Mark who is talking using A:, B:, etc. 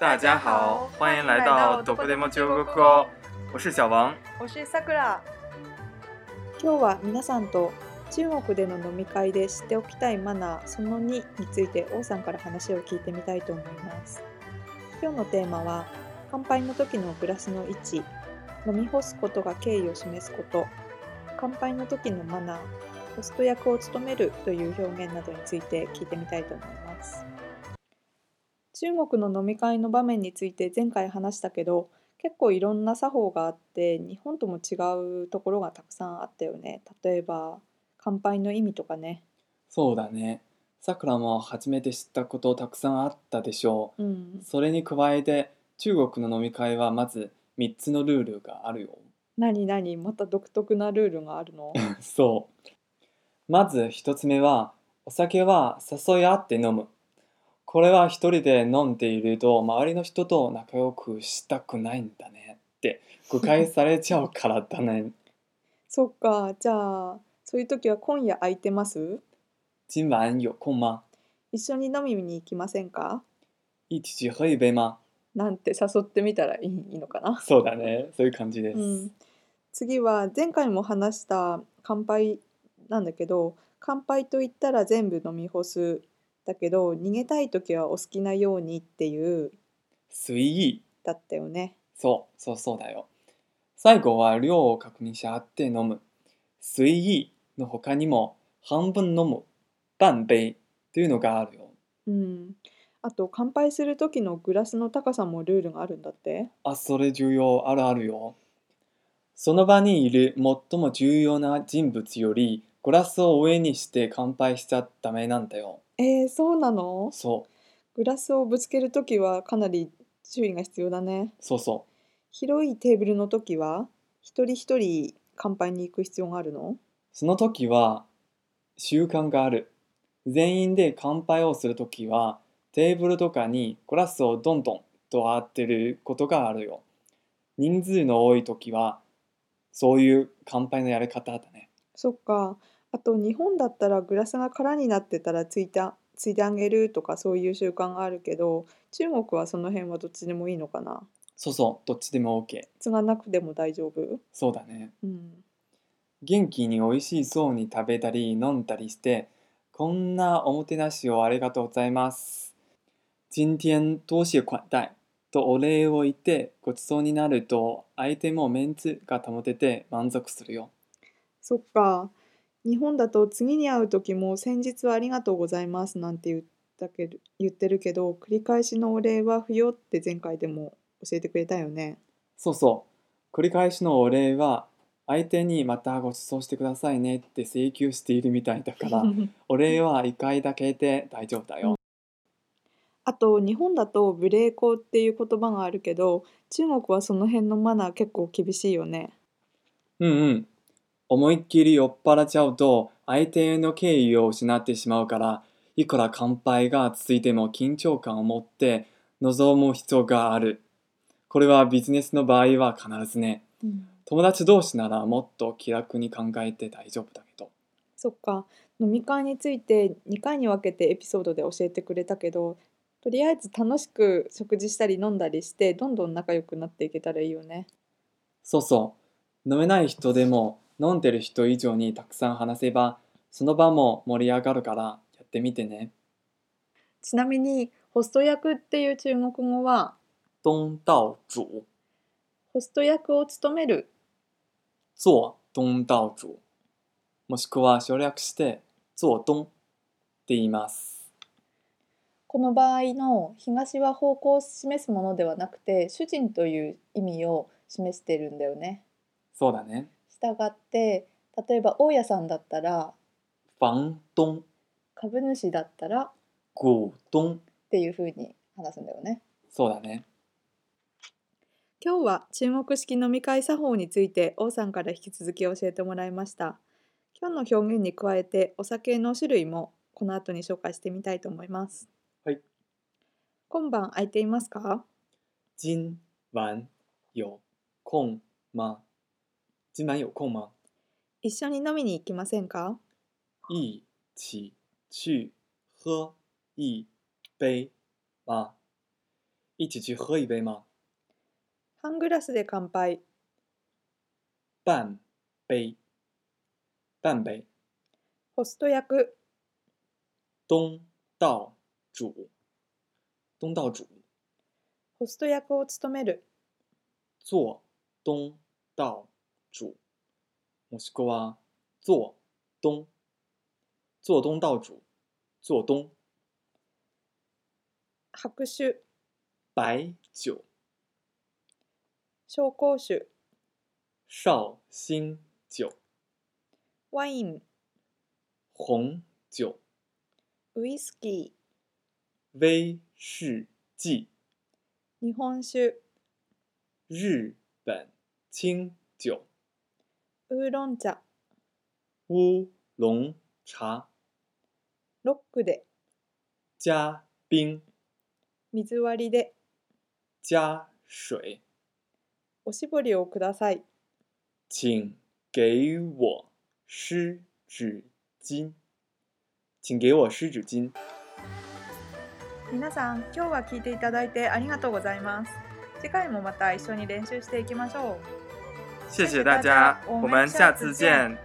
A: 大家好，欢迎来到どこでも中国語。我是小王。
B: 我是さくら。
C: 今日は皆さんと中国での飲み会で知っておきたいマナーその2について王さんから話を聞いてみたいと思います今日のテーマは乾杯の時のグラスの位置飲み干すことが敬意を示すこと乾杯の時のマナーホスト役を務めるという表現などについて聞いてみたいと思います中国の飲み会の場面について前回話したけど結構いろんな作法があって日本とも違うところがたくさんあったよね例えば乾杯の意味とかね
A: そうだね。さくらも初めて知ったことたくさんあったでしょ
C: う
A: う。
C: ん
A: それに加えて中国の飲み会はまず3つのルールがあるよ。
C: 何何また独特なルールがあるの
A: そう。まず1つ目はお酒は誘い合って飲む。これは一人で飲んでいると周りの人と仲良くしたくないんだねって誤解されちゃうからだね。
C: そっかじゃあそういう時は今夜空いてます
A: 今晚有空吗？
C: 一緒に飲みに行きませんか
A: 一起去喝一杯吗？
C: なんて誘ってみたらいいいいのかな、
A: そうだね、そういう感じです。
C: うん、次は前回も話した乾杯なんだけど乾杯と言ったら全部飲み干すだけど逃げたい時はお好きなようにっていう
A: 随意。
C: だったよね
A: そう、そうそうだよ。最後は量を確認し合って飲む。随意の他にも半分飲む、半杯というのがあるよ。
C: うん、あと乾杯する時のグラスの高さもルールがあるんだって
A: あ、それ重要あるあるよ。その場にいる最も重要な人物よりグラスを上にして乾杯しちゃダメなんだよ。
C: えー、そうなの
A: そう、
C: グラスをぶつける時はかなり注意が必要だね
A: そうそう。
C: 広いテーブルの時は一人一人乾杯に行く必要があるの
A: その時は習慣がある。全員で乾杯をする時はテーブルとかにグラスをどんどんと当てることがあるよ。人数の多い時はそういう乾杯のやり方だね。
C: そっかあと日本だったらグラスが空になってたらついてあついてあげるとかそういう習慣があるけど中国はその辺はどっちでもいいのかな
A: そうそう、どっちでも OK。
C: つがなくても大丈夫
A: そうだね。
C: うん
A: 元気に美味しそうに食べたり飲んだりして、こんなおもてなしをありがとうございます。今天多谢款待とお礼を言ってごちそうになると相手もメンツが保てて満足するよ。
C: そっか。日本だと次に会う時も先日はありがとうございますなんて言ったけど言ってるけど繰り返しのお礼は不要って前回でも教えてくれたよね。
A: そうそう。繰り返しのお礼は相手にまたごちそうしてくださいねって請求しているみたいだから お礼は一回だけで大丈夫だよ。
C: あと日本だと無礼講っていう言葉があるけど中国はその辺のマナー結構厳しいよね。
A: うんうん。思いっきり酔っ払っちゃうと相手への敬意を失ってしまうからいくら乾杯が続いても緊張感を持って臨む必要がある。これはビジネスの場合は必ずね。友達同士ならもっと気楽に考えて大丈夫だけど。
C: そっか飲み会について2回に分けてエピソードで教えてくれたけどとりあえず楽しく食事したり飲んだりしてどんどん仲良くなっていけたらいいよね。
A: そうそう。飲めない人でも飲んでる人以上にたくさん話せばその場も盛り上がるからやってみてね。
C: ちなみにホスト役っていう中国語は
A: 東道主
C: ホスト役を務める
A: 做東道主もしくは省略して做東って言います
C: この場合の東は方向を示すものではなくて主人という意味を示してるんだよね。
A: そうだね
C: したがって例えば大家さんだったら
A: 房東
C: 株主だったらっ
A: 股東
C: ていう風に話すんだよね。
A: そうだね
C: 今日は中国式飲み会作法について王さんから引き続き教えてもらいました。今日の表現に加えてお酒の種類もこの後に紹介してみたいと思います。
A: はい。
C: 今晩空いていますか
A: 今晚有空吗今晚有空吗
C: 一緒に飲みに行きませんか
A: 一起去喝一杯吗一起去喝一杯吗？
C: 半グラスで乾杯。
A: 半杯，半杯。
C: ホスト役、
A: 东道主，东道主，
C: ホスト役を務める、
A: 做东道主。もしくは做东，做东道主，做东。
C: 白酒、
A: 白酒，
C: 紹興酒、
A: 绍兴酒，
C: ワイン、
A: 红酒，
C: ウイスキ
A: 威士忌，
C: ー、日本酒、
A: 日本清酒，
C: ウーロン茶、
A: 乌龙茶，
C: ロックで、
A: 加冰，
C: 水割りで、
A: 加水。
C: おしぼりをください。
A: 请给我湿纸巾。请给我湿纸巾。
C: 皆さん、今日は聞いていただいてありがとうございます。次回もまた一緒に練習していきましょう。
B: 谢谢大家，我们下次见，